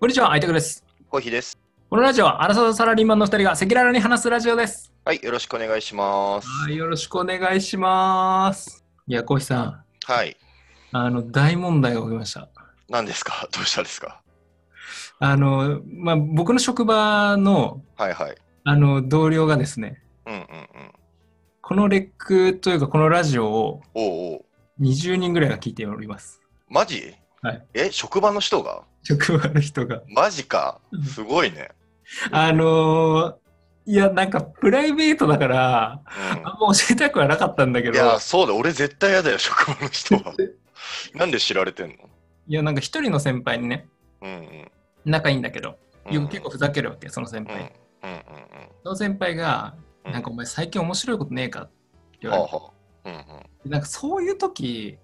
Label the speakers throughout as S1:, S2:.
S1: こんにちは、あいたくです。
S2: コーヒーです。
S1: このラジオは、アラサーサラリーマンの二人が赤裸々に話すラジオです。
S2: はい、よろしくお願いします。
S1: はい、よろしくお願いします。いや、コヒさ
S2: はい、
S1: ん、あの、大問題が起きました。
S2: 何ですか どうしたですか
S1: あの、まあ、僕の職場の、
S2: はいはい。
S1: あの、同僚がですね、
S2: うんうんうん。
S1: このレックというか、このラジオを
S2: おうおう。
S1: 20人ぐらいが聞いております。
S2: マジ
S1: はい。
S2: え、職場の人が
S1: 職場の人が。
S2: マジか
S1: うん。
S2: すごいね。
S1: あのいや、なんか、プライベートだから、あんま教えたくはなかったんだ
S2: う
S1: け
S2: ん。い
S1: ど、い
S2: や、
S1: や、
S2: そうだ、俺絶対嫌だよ、職場の人は。なんで知られてんの
S1: なんか一人の先輩にね、
S2: うんうん
S1: 仲いいんだけど、
S2: うん。
S1: よく結構ふざけるわけ、その先
S2: うん
S1: 輩。
S2: うんうん
S1: その先輩が、
S2: うん。
S1: なんかお前最近面白いことねえかって言
S2: は
S1: わ
S2: あ
S1: れて、
S2: はあ。うんうんうん。
S1: なんかそういう時、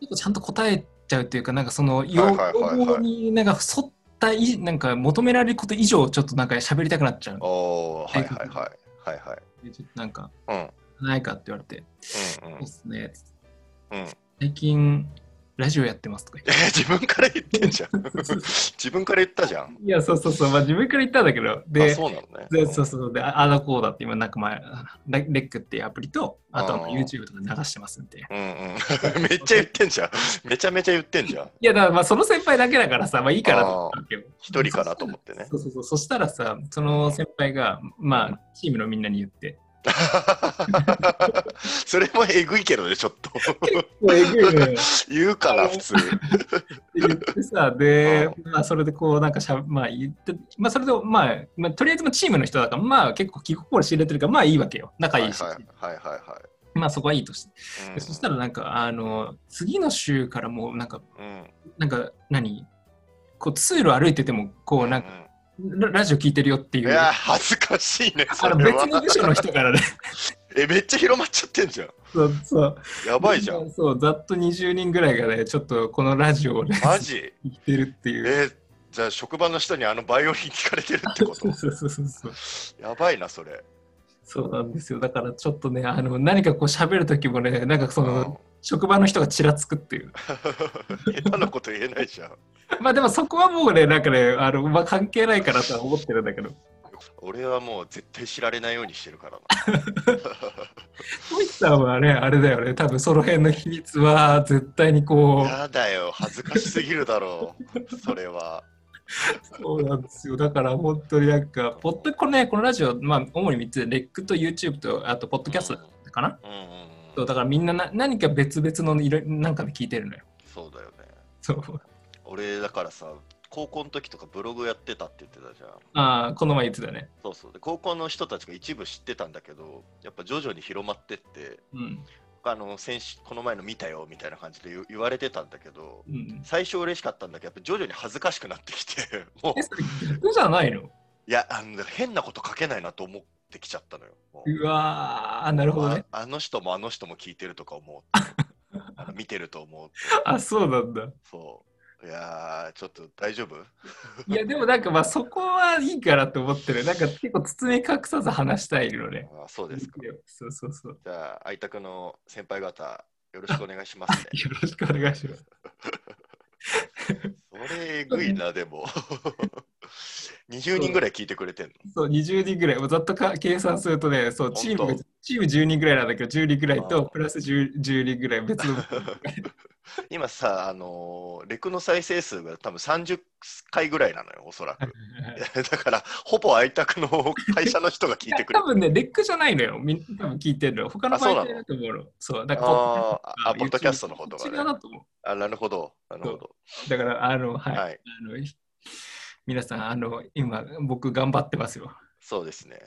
S1: 結構ちゃんと答えちゃうっていうか、なんかその要
S2: はいはいはいはい
S1: 要望になんか沿ったい、なんか求められること以上、ちょっとなんか喋りたくなっちゃう。
S2: おー、はいはいはい。はいはい。
S1: でちょっとなんか、
S2: うん
S1: ないかって言われて、
S2: うん
S1: そううんっすね。
S2: うん。
S1: 最近、ラジオやってますとか
S2: え
S1: 言っ
S2: 自分から言ってんじゃん。
S1: て。
S2: 自分から言ったじゃん。
S1: いや、そうそうそう、まあ自分から言ったんだけど、
S2: あ、
S1: で、
S2: そうなのね。
S1: そうそうそう、で、ああだこうだって今、なんか前、レレックっていうアプリと、あとはまあ
S2: あー
S1: YouTube とかで流してますみたいな。
S2: うんうん、めっちゃ言ってんじゃん。めちゃめちゃ言ってんじゃん。
S1: いやだからまあその先輩だけだからさ、まあいいからと思ったわけよ。
S2: 一人かなと思ってね。
S1: そうそうそう。そしたらさ、その先輩が、まあ、チームのみんなに言って。
S2: それもえぐいけどね、ちょっと。
S1: もうえぐいねって
S2: 言うかな、普通。
S1: 言ってさ、で、まあそれでこう、なんかしゃ、まあ言って、まあそれで、まあ、まあとりあえずもチームの人だから、まあ結構気心知れてるから、まあいいわけよ。仲
S2: はい
S1: い
S2: はいい
S1: し。
S2: はいは
S1: まあそこはいいとして。
S2: いは
S1: で
S2: い。
S1: そしたらなんか、あの、次の週からもうなんか、
S2: うん、
S1: なんか何こう通路歩いてても、こうなんか、
S2: か。
S1: ララジオ聞いてるよって
S2: い
S1: いう。
S2: や、恥ずかしいね、そ
S1: あの
S2: れ
S1: 別の
S2: は
S1: 部。署の人からね。
S2: え、めっちゃ広まっちゃってんじゃん。
S1: そうそう。
S2: やばいじゃん。
S1: で。そう、ざっと20人ぐらいがね、ちょっとこのラジオをね、
S2: マジ
S1: 聞いてるっていう。
S2: え、じゃあ職場の人にあのバイオリン聞かれてるってこ
S1: そ
S2: と
S1: うそうそうそう。
S2: やばいな、それ。
S1: そうなんですよ。だからちょっとね、あの何かこう喋るときもね、なんかそ
S2: うん
S1: の、職場の人がちらつくっていう。
S2: 下手なこと言えないじゃん。
S1: まあでもそこはもうね、なんかね、あのまあ、関係ないかなとは思ってるんだけど。
S2: 俺はもう絶対知られないようにしてるからな。
S1: トイさんはね、あれだよね、多分その辺の秘密は絶対にこう、
S2: やだよ、恥ずかしすぎるだろ う、それは。
S1: そうなんですよ。だから本当になんか、ポッドこのね、このラジオ、まあ主に3つで、レックと YouTube と、あと、ポッドキャストかな、
S2: うんうん、
S1: そううんだからみんなな何か別々のいろなんかで聞いてるのよ。
S2: そうだよね。
S1: そう
S2: 俺だからさ、高校の時とかブログやってたって言ってたじゃん。
S1: ああこの前言ってたね。
S2: そうそうで高校の人たちが一部知ってたんだけど、やっぱ徐々に広まってって、
S1: うん。
S2: あの先週この前の見たよみたいな感じで言言われてたんだけど、
S1: うん、
S2: 最初嬉しかったんだけど、やっぱ徐々に恥ずかしくなってきて、 もう
S1: え、それ逆じゃないの
S2: いや、あの変なこと書けないなと思ってきちゃったのよ。もう
S1: うわー、なるほどね。
S2: ああの人もあの人も聞いてると か思うあの見てると思う
S1: あ、そうなんだ。
S2: そういやーちょっと大丈夫
S1: いや、でもなんかまあそこはいいかなと思ってる。なんか結構包み隠さず話したいのね。
S2: あそうですか
S1: そうそうそう。
S2: じゃあ相田君の先輩方よろしくお願いしますね
S1: よろしくお願いします。
S2: それえぐいなでも 20人ぐらい聞いてくれてんの
S1: そう、20人ぐらい、もうざっとか計算するとね、そうチーム
S2: 本
S1: が
S2: 当
S1: チーム10人ぐらいなんだけど、10人ぐらい
S2: あ
S1: と
S2: ー
S1: プラス 10, 10人ぐらい別 の。
S2: 今さあのーレクの再生数が多分30回ぐらいなのよおそらく だからほぼ相田君の会社の人が聞いてくれ
S1: 多
S2: てる
S1: 分ね、レックじゃないのよ。みん多分聞いてるの。他の
S2: あそうなの
S1: 媒体だと思うの。そう、だから
S2: あーあポッドキャストの方と
S1: こっ
S2: か
S1: ち
S2: ね
S1: 側だと思
S2: あなるほどなるほど
S1: う。だから、あの、はい。
S2: はい
S1: あの皆さん、あの、今、僕頑張ってますよ。
S2: そうですね